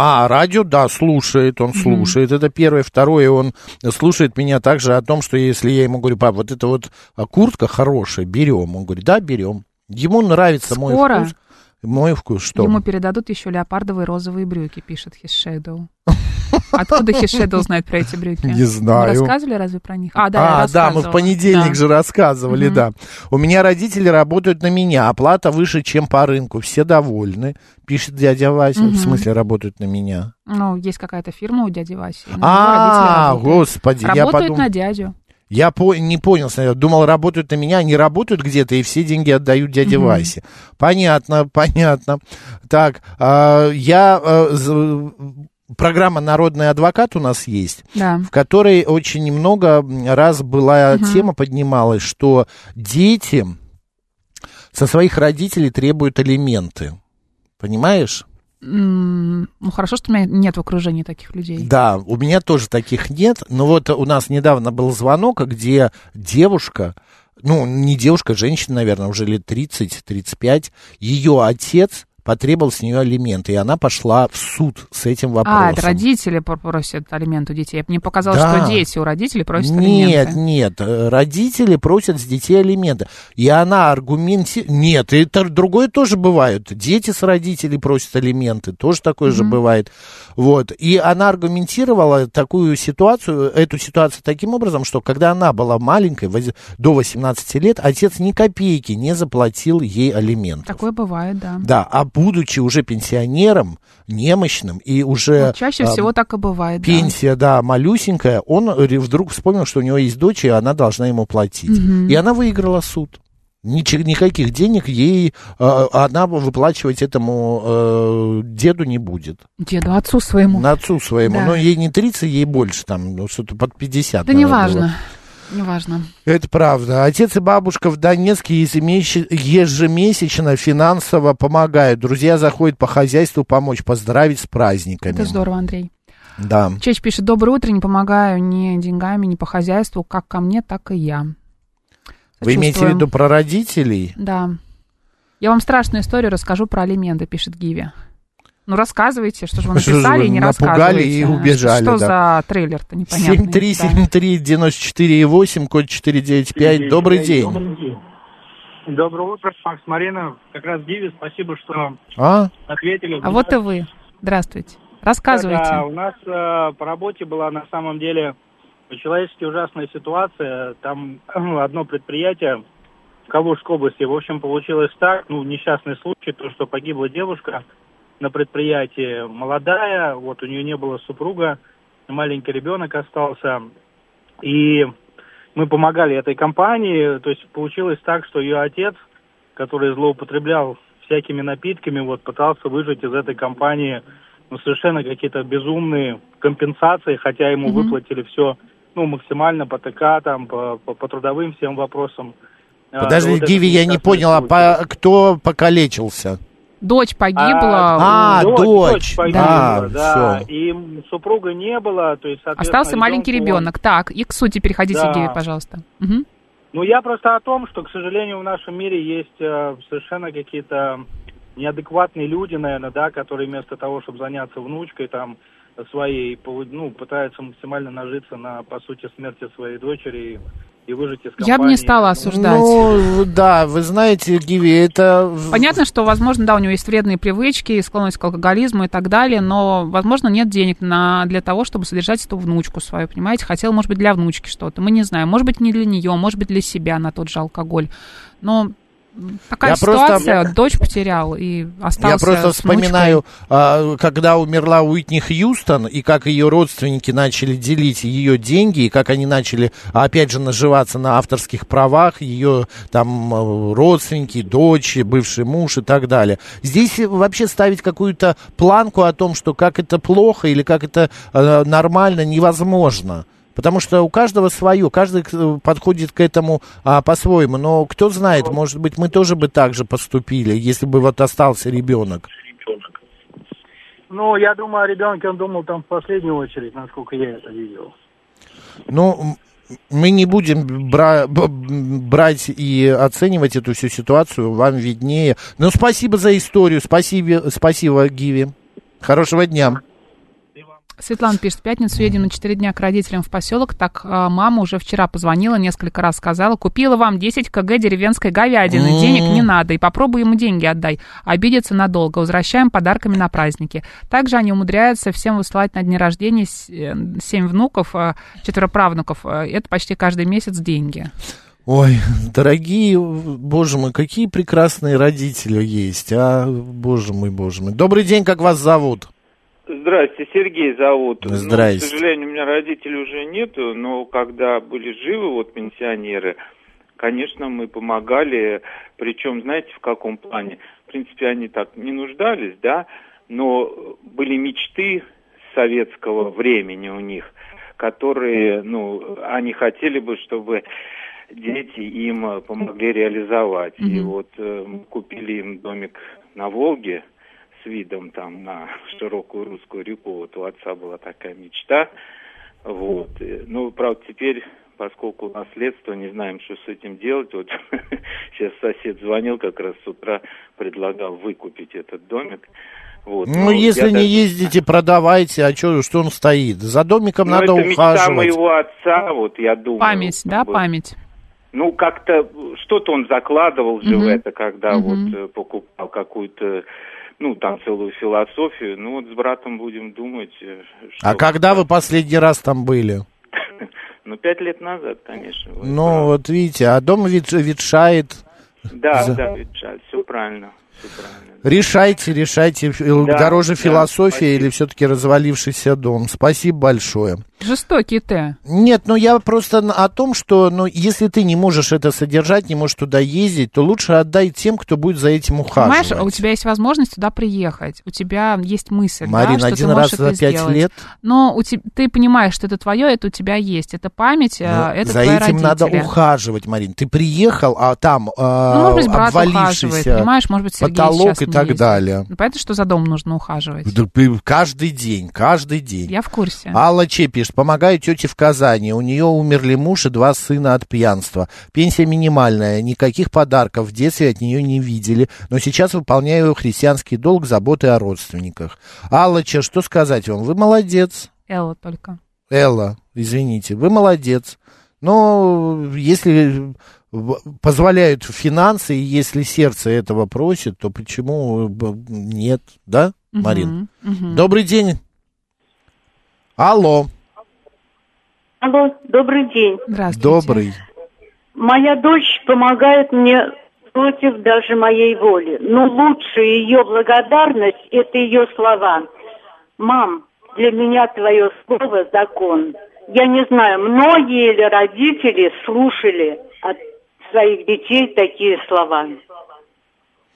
D: А, радио, да, слушает, он слушает. Это первое. Второе, он слушает меня также о том, что если я ему говорю, пап, вот эта вот а, куртка хорошая, берем. Он говорит, да, берем. Ему нравится
B: Скоро?
D: мой вкус. Мой вкус, что?
B: Ему передадут еще леопардовые розовые брюки, пишет His Shadow. Откуда His Shadow знает про эти брюки?
D: Не знаю.
B: Мы рассказывали разве про них? А, да, я
D: а, да, мы в
B: рассказывала.
D: понедельник
B: Да.
D: же рассказывали, да. У меня родители работают на меня, оплата выше, чем по рынку, все довольны, пишет дядя Вася. В смысле работают на меня?
B: Ну, есть какая-то фирма у дяди Васи. Ну, на него
D: а,
B: родители работают.
D: господи, я
B: Работают
D: подумал.
B: на дядю.
D: Я по- не понял сначала, думал, работают на меня, они работают где-то, и все деньги отдают дяде Васе. Понятно, понятно. Так, а, я... а, з- Программа «Народный адвокат» у нас есть
B: Да.
D: в которой очень много раз была тема поднималась, что дети со своих родителей требуют алименты. Понимаешь?
B: М, Ну, хорошо, что у меня нет в окружении таких людей.
D: Да, у меня тоже таких нет. Но вот у нас недавно был звонок, где девушка, ну, не девушка, женщина, наверное, уже лет 30-35, ее отец потребовал с нее алименты, и она пошла в суд с этим вопросом.
B: А, это родители пр- просят алименты у детей. Мне показалось,
D: Да.
B: что дети у родителей просят
D: Нет,
B: алименты.
D: нет, э, родители просят с детей алименты. И она аргументирует... Нет, и это другое тоже бывает. Дети с родителей просят алименты, тоже такое же бывает. Вот. И она аргументировала такую ситуацию, эту ситуацию таким образом, что когда она была маленькой, воз- до 18 лет, отец ни копейки не заплатил ей алименты.
B: Такое бывает, да.
D: Да, а будучи уже пенсионером, немощным и уже...
B: Вот чаще
D: а,
B: всего так и бывает. да.
D: пенсия, да, малюсенькая, он ре- вдруг вспомнил, что у него есть дочь, и она должна ему платить. И она выиграла суд. Ниче- никаких денег ей э, она выплачивать этому э, деду не будет.
B: Деду, отцу своему.
D: На отцу своему.
B: Да.
D: Но ей не 30, ей больше, там, ну, что-то под 50.
B: Да
D: наверное, было.
B: неважно. Неважно.
D: Это правда. Отец и бабушка в Донецке ежемещ- ежемесячно финансово помогают. Друзья заходят по хозяйству помочь, поздравить с праздниками.
B: Это здорово, Андрей.
D: Да.
B: Чеч пишет, доброе утро, не помогаю ни деньгами, ни по хозяйству, как ко мне, так и я.
D: Вы имеете в
B: Сочувствуем.
D: виду про родителей?
B: Да. Я вам страшную историю расскажу про алименты, пишет Гиви. Ну, рассказывайте, что же вы
D: Что же
B: написали
D: вы
B: и не
D: напугали
B: рассказываете.
D: и убежали,
B: Что
D: да.
B: за трейлер-то непонятный?
D: 7373948, код 495. Добрый день.
F: Доброе утро, Макс Марина. Как раз Диви, спасибо, что
D: А?
F: ответили.
B: Да. А вот и вы. Здравствуйте. Рассказывайте.
F: Да, у нас э, по работе была на самом деле человечески ужасная ситуация. Там одно предприятие в Калужской области. В общем, получилось так, ну, несчастный случай, то, что погибла девушка на предприятии, молодая, вот у нее не было супруга, маленький ребенок остался. И мы помогали этой компании, то есть получилось так, что ее отец, который злоупотреблял всякими напитками, вот пытался выжить из этой компании ну, совершенно какие-то безумные компенсации, хотя ему выплатили все ну, максимально по ТК, там, по, по- по трудовым всем вопросам. А,
D: Подожди,
F: ну, вот это
D: Диви, я не
F: несчастный
D: понял, а
F: случай.
D: по- кто покалечился?
B: Дочь погибла.
D: А,
F: А,
B: у-
F: дочь,
D: дочь.
F: дочь погибла,
D: Да,
F: да.
D: всё.
F: И м, супруга не было, то есть, соответственно,
B: Остался маленький
F: ребенку он-
B: ребенок. Так, и к сути переходите,
F: Да.
B: Гиви, пожалуйста. Мгм.
F: Ну, я просто о том, что, к сожалению, в нашем мире есть э, совершенно какие-то неадекватные люди, наверное, да, которые вместо того, чтобы заняться внучкой там своей, полу- ну, пытаются максимально нажиться на, по сути, смерти своей дочери и, и выжить из компании.
B: Я бы не стала осуждать.
D: Ну, да, вы знаете, Гиви, это... в-
B: Понятно, что, возможно, да, у него есть вредные привычки, и склонность к алкоголизму и так далее, но, возможно, нет денег на, для того, чтобы содержать эту внучку свою, понимаете? Хотел, может быть, для внучки что-то, мы не знаем. Может быть, не для нее, может быть, для себя на тот же алкоголь. Но м, такая
D: Я просто-
B: ситуация, дочь потерял и остался
D: Я просто
B: с внучкой.
D: вспоминаю, а, когда умерла Уитни Хьюстон, и как ее родственники начали делить ее деньги, и как они начали, опять же, наживаться на авторских правах, ее там э, родственники, дочь, бывший муж и так далее. Здесь э, вообще ставить какую-то планку о том, что как это плохо или как это э, нормально, невозможно. Потому что у каждого свое, каждый к- подходит к этому а, по-своему. Но кто знает, может быть, мы тоже бы так же поступили, если бы вот остался ребенок.
F: Ну, я думаю, о ребенке он думал там в последнюю очередь, насколько я это видел.
D: Ну, м- мы не будем бра- б- м, брать и оценивать эту всю ситуацию, вам виднее. Ну, спасибо за историю, спасибо, спасибо Гиви. Хорошего дня.
B: Светлана пишет, в пятницу едем на 4 дня к родителям в поселок. Так а, мама уже вчера позвонила, несколько раз сказала, купила вам 10 кг деревенской
D: М-м-м.
B: говядины, денег не надо, и попробуй ему деньги отдай. Обидится надолго, возвращаем подарками на праздники. Также они умудряются всем высылать на дни рождения с- э, семь внуков, э, четверо правнуков. Э, Это почти каждый месяц деньги.
D: Ой, дорогие, боже мой, какие прекрасные родители есть, а, боже мой, боже мой. Добрый день, как вас зовут?
F: Здрасте, Сергей зовут. Ну,
D: Здрасте.
F: к сожалению, у меня родителей уже нету, но когда были живы вот пенсионеры, конечно, мы помогали. Причем, знаете, в каком плане? В принципе, они так не нуждались, да, но были мечты советского времени у них, которые, ну, они хотели бы, чтобы дети им э, помогли реализовать. И вот э, мы купили им домик на Волге с видом там на широкую русскую реку. Вот у отца была такая мечта. Вот. Э, Ну, правда, теперь поскольку у нас следство, не знаем, что с этим делать. Вот сейчас сосед звонил как раз с утра, предлагал выкупить этот домик. Вот.
D: Ну, если не ездите, продавайте, а чё, что он стоит? За домиком надо
F: Ну, это мечта
D: ухаживать.
F: моего отца, вот я думаю.
B: Память, да, память.
F: Ну, как-то э, что-то он закладывал же в
B: Мгм.
F: это, когда
B: Мгм.
F: вот э, покупал какую-то, ну, там целую философию. Ну, вот с братом будем думать. э,
D: А когда вы последний раз там были?
F: Ну, пять лет назад, конечно. вот.
D: Ну, вот видите, а дом вет- ветшает.
F: Да,
D: За-
F: да, все правильно. всё правильно.
D: Решайте, решайте, фи-
F: Да,
D: дороже
F: да,
D: философия
F: спасибо.
D: или все-таки развалившийся дом. Спасибо большое.
B: Жестокие ты.
D: Нет, ну я просто н- о том, что ну, если ты не можешь это содержать, не можешь туда ездить, то лучше отдай тем, кто будет за этим ухаживать.
B: Понимаешь, а у тебя есть возможность туда приехать, у тебя есть мысль, да,
D: Марина,
B: что ты
D: один
B: можешь
D: раз за
B: это
D: пять
B: сделать.
D: лет?
B: Но у те- ты понимаешь, что это твое, это у тебя есть, это память, э,
D: Ну,
B: это
D: за
B: твои
D: этим надо
B: родители.
D: ухаживать, Марин. Ты приехал, а там э,
B: Ну, может быть, брат ухаживает,
D: обвалившийся
B: понимаешь, может быть, Сергей
D: потолок
B: сейчас
D: и
B: не
D: так
B: ездит.
D: далее.
B: Ну, Понятно, что за дом нужно ухаживать.
D: Да, п- Каждый день, каждый день.
B: Я в курсе.
D: Алла Че пишет, помогаю тете в Казани. У нее умерли муж и два сына от пьянства. Пенсия минимальная, никаких подарков в детстве от нее не видели. Но сейчас выполняю христианский долг заботы о родственниках. Алла Че, что сказать вам? Вы молодец.
B: Элла только.
D: Элла, извините, вы молодец. Но если в- позволяют финансы, и если сердце этого просит, то почему б- нет, да, Марин?
G: мгм.
D: Добрый день. Алло.
G: Алло, добрый день.
D: Добрый.
G: Моя дочь помогает мне против даже моей воли. Но лучшая ее благодарность – это ее слова. «Мам, для меня твое слово – закон». Я не знаю, многие ли родители слушали от своих детей такие слова.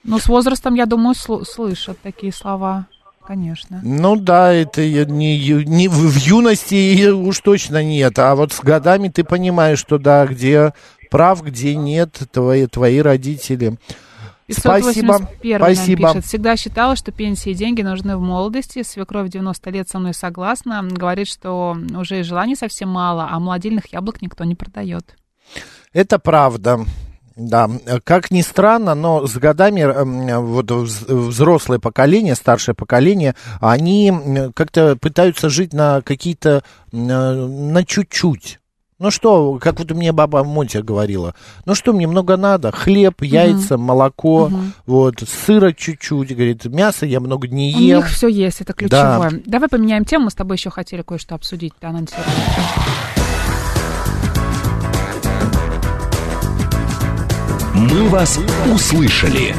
B: Ну, с возрастом, я думаю, слу- слышат такие слова, конечно.
D: Ну да, это я не, ю- не- в в юности и уж точно нет, а вот с годами ты понимаешь, что да, где прав, где нет, твои, твои родители. Спасибо,
B: 581 нам
D: спасибо.
B: пишет. Всегда считала, что пенсии и деньги нужны в молодости. Свекровь 90 лет со мной согласна. Говорит, что уже и желаний совсем мало, а молодильных яблок никто не продает.
D: Это правда. Да, Э, как ни странно, но с годами эм, э, вот вз- взрослое поколение, старшее поколение, они м, как-то пытаются жить на какие-то, м, э, на чуть-чуть. Ну что, как вот мне баба Мотя говорила, ну что мне много надо, хлеб, яйца, молоко, вот, сыра чуть-чуть, говорит, мясо я много не
B: У
D: ем.
B: них все есть, это ключевое. Давай поменяем тему, мы с тобой еще хотели кое-что обсудить. Да, Надя Сергеевна?
C: «Мы вас услышали».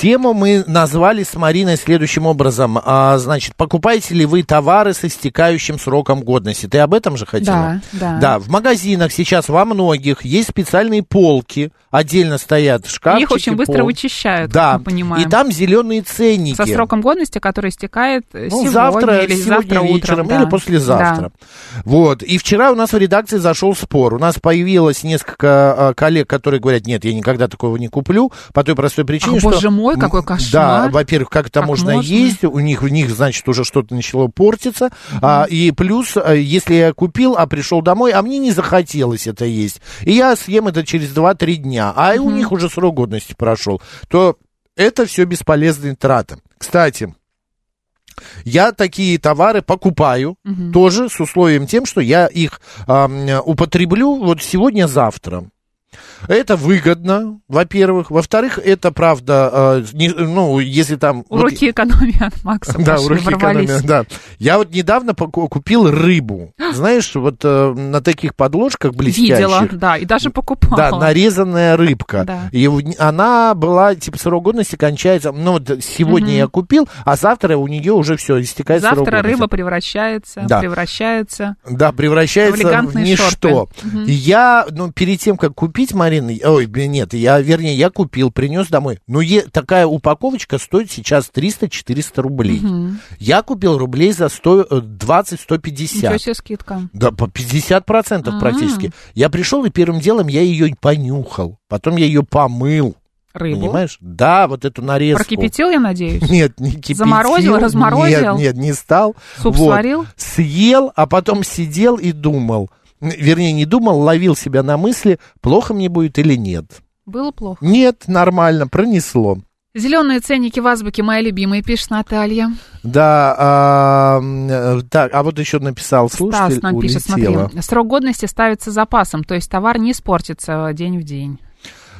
D: Тему мы назвали с Мариной следующим образом. А, значит, покупаете ли вы товары с истекающим сроком годности? Ты об этом же хотела?
B: Да, да.
D: Да, в магазинах сейчас во многих есть специальные полки, отдельно стоят шкафчики.
B: Их очень быстро вычищают,
D: Да,
B: как мы понимаем.
D: и там зеленые ценники.
B: Со сроком годности, который истекает э,
D: Ну,
B: сегодня
D: завтра,
B: или
D: сегодня
B: завтра
D: вечером
B: утром. да.
D: или послезавтра. Вот. И вчера у нас в редакции зашел спор. У нас появилось несколько э, коллег, которые говорят, нет, я никогда такого не куплю, по той простой причине,
B: Ах,
D: что...
B: А, боже мой,
D: м,
B: какой
D: Да,
B: кошмар.
D: во-первых, как это
B: Как
D: можно,
B: можно?
D: есть, у них, у них, значит, уже что-то начало портиться. А, и плюс, э, если я купил, а пришел домой, а мне не захотелось это есть, и я съем это через 2-3 дня, а у них уже срок годности прошел, то это все бесполезные траты. Кстати, Я такие товары покупаю тоже с условием тем, что я их а, м, употреблю вот сегодня-завтра. Это выгодно, во-первых. Во-вторых, это правда, э, не- ну, если там... вот-
B: Уроки экономии от Макса
D: да,
B: пошли,
D: уроки
B: ворвались.
D: экономии, да. Я вот недавно поку- купил рыбу. Знаешь, вот э, на таких подложках блестящих.
B: Видела, да, и даже покупала.
D: Да, нарезанная рыбка.
B: Да.
D: И у- она была, типа, срок годности кончается. Ну, вот сегодня
B: Мгм.
D: я купил, а завтра у нее уже все, истекает срок
B: Завтра
D: годности.
B: рыба превращается,
D: Да.
B: превращается.
D: Да, превращается в
B: элегантные
D: ничто.
B: шорты. Мгм.
D: И я, ну, перед тем, как купить, Марина, я- ой, блин, нет, я, вернее, я купил, принес домой. Но е- такая упаковочка стоит сейчас 300-400 рублей.
B: Мгм.
D: Я купил рублей за 100, э,
B: Ничего
D: 20-150.
B: себе скидка.
D: Да, по 50% процентов
B: А.
D: практически. Я пришел, и первым делом я ее понюхал. Потом я ее помыл.
B: Рыбу?
D: Понимаешь? Да, вот эту нарезку.
B: Прокипятил, я надеюсь?
D: Нет, не кипятил.
B: Заморозил, разморозил?
D: Нет, нет, не стал.
B: Суп сварил?
D: Съел, а потом сидел и думал. Н- Вернее, не думал, ловил себя на мысли, плохо мне будет или нет.
B: Было плохо.
D: Нет, нормально, пронесло.
B: Зеленые ценники в азбуке мои любимые, пишет Наталья.
D: Да, а, м, э, так, а вот еще написал слушатель,
B: Стас нам пишет, смотри,
D: улетела.
B: срок годности ставится запасом, то есть товар не испортится день в день.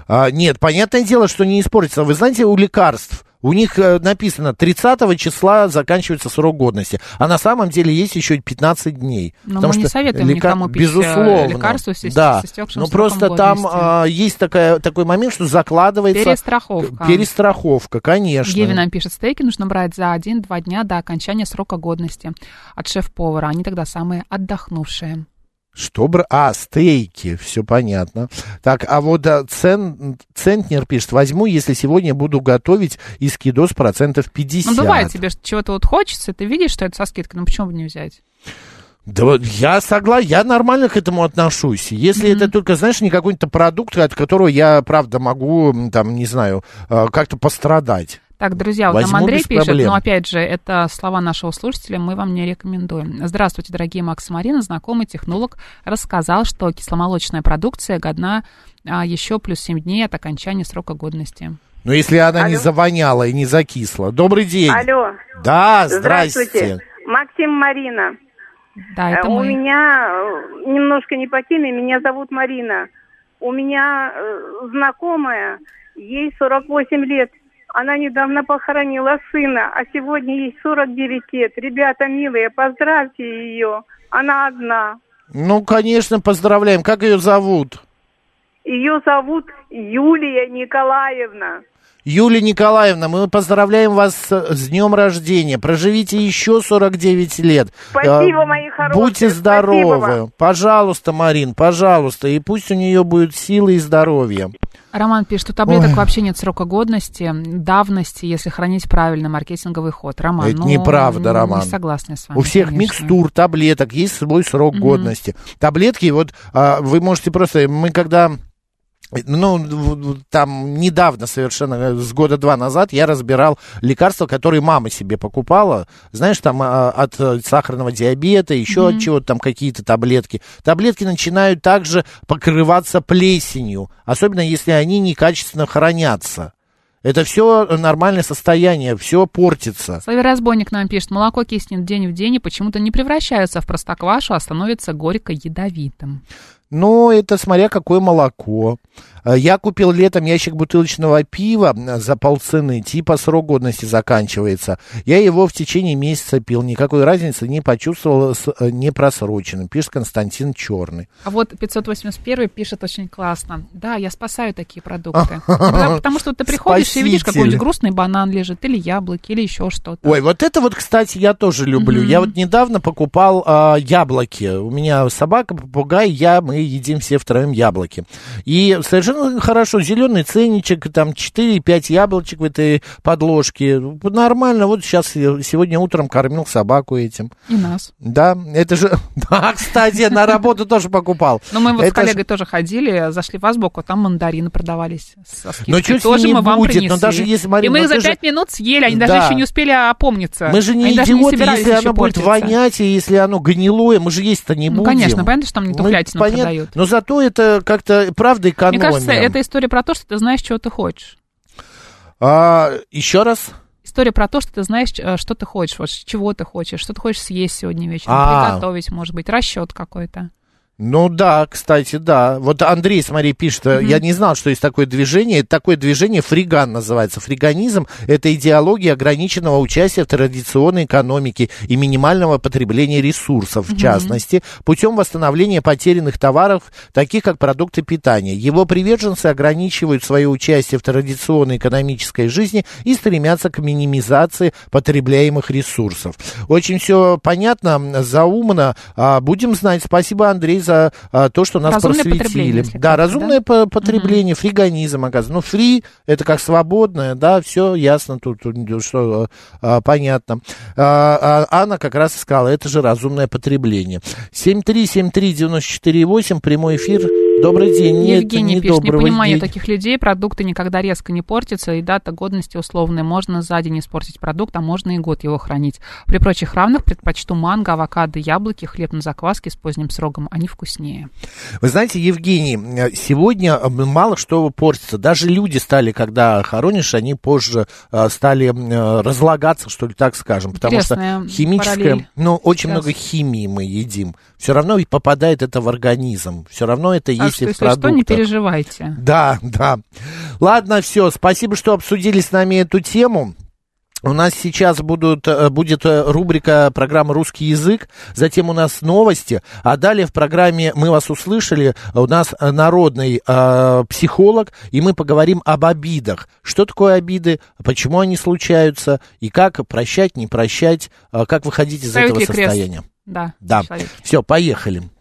D: А, нет, понятное дело, что не испортится. Вы знаете, у лекарств у них э, написано 30 числа заканчивается срок годности, а на самом деле есть еще и 15 дней.
B: Но мы не советуем никому пить, э,
D: безусловно,
B: лекарства с- с
D: да.
B: истекшим
D: Но
B: сроком
D: просто там
B: годности.
D: а, есть такая, такой момент, что закладывается...
B: Перестраховка.
D: Перестраховка, конечно.
B: Геви нам пишет, стейки нужно брать за один-два дня до окончания срока годности от шеф-повара. Они тогда самые отдохнувшие. Ну,
D: Что бра- А, стейки, все понятно. Так, а вот а, цен... центнер пишет, возьму, если сегодня буду готовить из кидос процентов 50.
B: Ну, бывает тебе что- чего-то вот хочется, ты видишь, что это со скидкой, ну почему бы не взять?
D: Да вот я согласен, я нормально к этому отношусь. Если это только, знаешь, не какой-то продукт, от которого я, правда, могу, м, там, не знаю, э, как-то пострадать.
B: Так, друзья, вот нам
D: Возьму
B: Андрей
D: без
B: пишет,
D: проблем.
B: но опять же, это слова нашего слушателя, мы вам не рекомендуем. Здравствуйте, дорогие Макс и Марина, знакомый технолог рассказал, что кисломолочная продукция годна а, еще плюс 7 дней от окончания срока годности.
D: Но если она не завоняла и не закисла. Добрый день.
G: Алло.
D: Да, здрасте.
G: Максим Марина.
B: Да, это
G: Э, У
B: мы.
G: меня э, немножко не по теме, меня зовут Марина. У меня э, знакомая, ей 48 лет. Она недавно похоронила сына, а сегодня ей 49 лет. Ребята, милые, поздравьте ее. Она одна.
D: Ну, конечно, поздравляем. Как ее зовут?
G: Ее зовут Юлия Николаевна.
D: Юлия Николаевна, мы поздравляем вас с с днем рождения. Проживите еще 49 лет.
G: Спасибо,
D: Э,
G: мои хорошие,
D: Будьте
G: спасибо
D: здоровы.
G: вам.
D: Пожалуйста, Марин, пожалуйста. И пусть у нее будет силы и здоровье.
B: Роман пишет, у таблеток
D: Ой.
B: вообще нет срока годности, давности, если хранить правильно маркетинговый ход. Роман,
D: Это
B: ну,
D: неправда,
B: не
D: Роман.
B: согласна я с вами,
D: У всех
B: конечно.
D: микстур, таблеток есть свой срок
B: Мгм.
D: годности. Таблетки, вот а, вы можете просто, мы когда... Ну, в- в- там недавно совершенно, э, с года два назад я разбирал лекарства, которые мама себе покупала. Знаешь, там а, от э, сахарного диабета, еще от чего-то там какие-то таблетки. Таблетки начинают также покрываться плесенью, особенно если они некачественно хранятся. Это все нормальное состояние, все портится.
B: Славий Разбойник нам пишет, молоко киснет день в день и почему-то не превращается в простоквашу, а становится горько-ядовитым.
D: Ну, это смотря какое молоко. Э, Я купил летом ящик бутылочного пива э, за полцены, типа срок годности заканчивается. Я его в течение месяца пил, никакой разницы не почувствовал с э, непросроченным, пишет Константин Черный.
B: А вот 581 пишет очень классно. Да, я спасаю такие продукты. Ну, Потому потому что ты приходишь и видишь,
D: Спасители.
B: какой-нибудь грустный банан лежит, или яблоки, или еще что-то.
D: Ой, вот это вот, кстати, я тоже люблю. Я вот недавно покупал а, яблоки. У меня собака, попугай, я, мы едим все втроем яблоки. И совершенно хорошо, зеленый ценничек, там 4-5 яблочек в этой подложке. Нормально, вот сейчас, я сегодня утром кормил собаку этим.
B: И нас.
D: Да, это же... Да, кстати, на работу тоже покупал.
B: Но Ну, мы вот с
D: Это ж-
B: коллегой тоже ходили, зашли в Азбуку, там мандарины продавались со скидкой.
D: Ну, чё с
B: тоже
D: ними
B: мы вам
D: будет? Ну,
B: принесли.
D: даже если, Марина,
B: И мы
D: ну,
B: их за
D: ты же-
B: пять минут съели, они даже
D: Да.
B: еще не успели опомниться.
D: Мы же не
B: Они даже
D: идиоты,
B: собирались
D: если
B: еще
D: оно будет
B: портиться.
D: вонять, и если оно гнилое, мы же есть-то не
B: Ну,
D: будем.
B: конечно, понятно, что там не
D: Мы- Ну,
B: тухлятину
D: понятно.
B: продают.
D: Но зато это как-то, правда, экономия.
B: Мне кажется, это история про то, что ты знаешь, чего ты хочешь.
D: А, еще раз?
B: история про то, что ты знаешь, э, что ты хочешь, вот чего ты хочешь, что ты хочешь съесть сегодня вечером,
D: А.
B: приготовить, может быть, расчет какой-то.
D: Ну да, кстати, да. Вот Андрей, смотри, пишет, э, я не знал, что есть такое движение. Это Такое движение фриган называется. Фриганизм – это идеология ограниченного участия в традиционной экономике и минимального потребления ресурсов, в
H: Мгм.
D: частности, путем восстановления потерянных товаров, таких как продукты питания. Его приверженцы ограничивают свое участие в традиционной экономической жизни и стремятся к минимизации потребляемых ресурсов. Очень все понятно, заумно. А, Будем знать. Спасибо, Андрей, за а, то, что нас
B: Разумное потребление,
D: просветили.
B: если
D: Да, разумное по- потребление, фриганизм, оказывается. Ну, фри – это как свободное, да, все ясно тут, тут, что а, понятно. А, а, Анна как раз и сказала, это же разумное потребление. 7373948, прямой эфир. Добрый день. Нет,
B: Евгений
D: не
B: пишет, не
D: доброго
B: понимаю я
D: дня».
B: таких людей, продукты никогда резко не портятся, и дата годности условная, можно за день испортить продукт, а можно и год его хранить. При прочих равных предпочту манго, авокадо, яблоки, хлеб на закваске с поздним сроком, они вкуснее.
D: Вы знаете, Евгений, э, сегодня э, мало что портится. Даже люди стали, когда хоронишь, они позже э, стали м, э, разлагаться, что ли, так скажем. Потому
B: Интересная
D: что химическое,
B: параллель
D: ну, очень
B: сейчас.
D: много химии мы едим. Все равно и попадает это в организм. Все равно это
B: Так
D: есть
B: А что,
D: и в
B: если что, не
D: продуктах.
B: переживайте.
D: Да, да. Ладно, все. Спасибо, что обсудили с нами эту тему. У нас сейчас будут, э, будет э, рубрика программы «Русский язык», затем у нас новости, а далее в программе «Мы вас услышали» у нас э, народный э, психолог, и мы поговорим об обидах. Что такое обиды, почему они случаются, и как прощать, не прощать, э, как выходить из
B: Ставить
D: этого
B: ли крест?
D: состояния.
B: Да.
D: Да.
B: человек.
D: Все, поехали.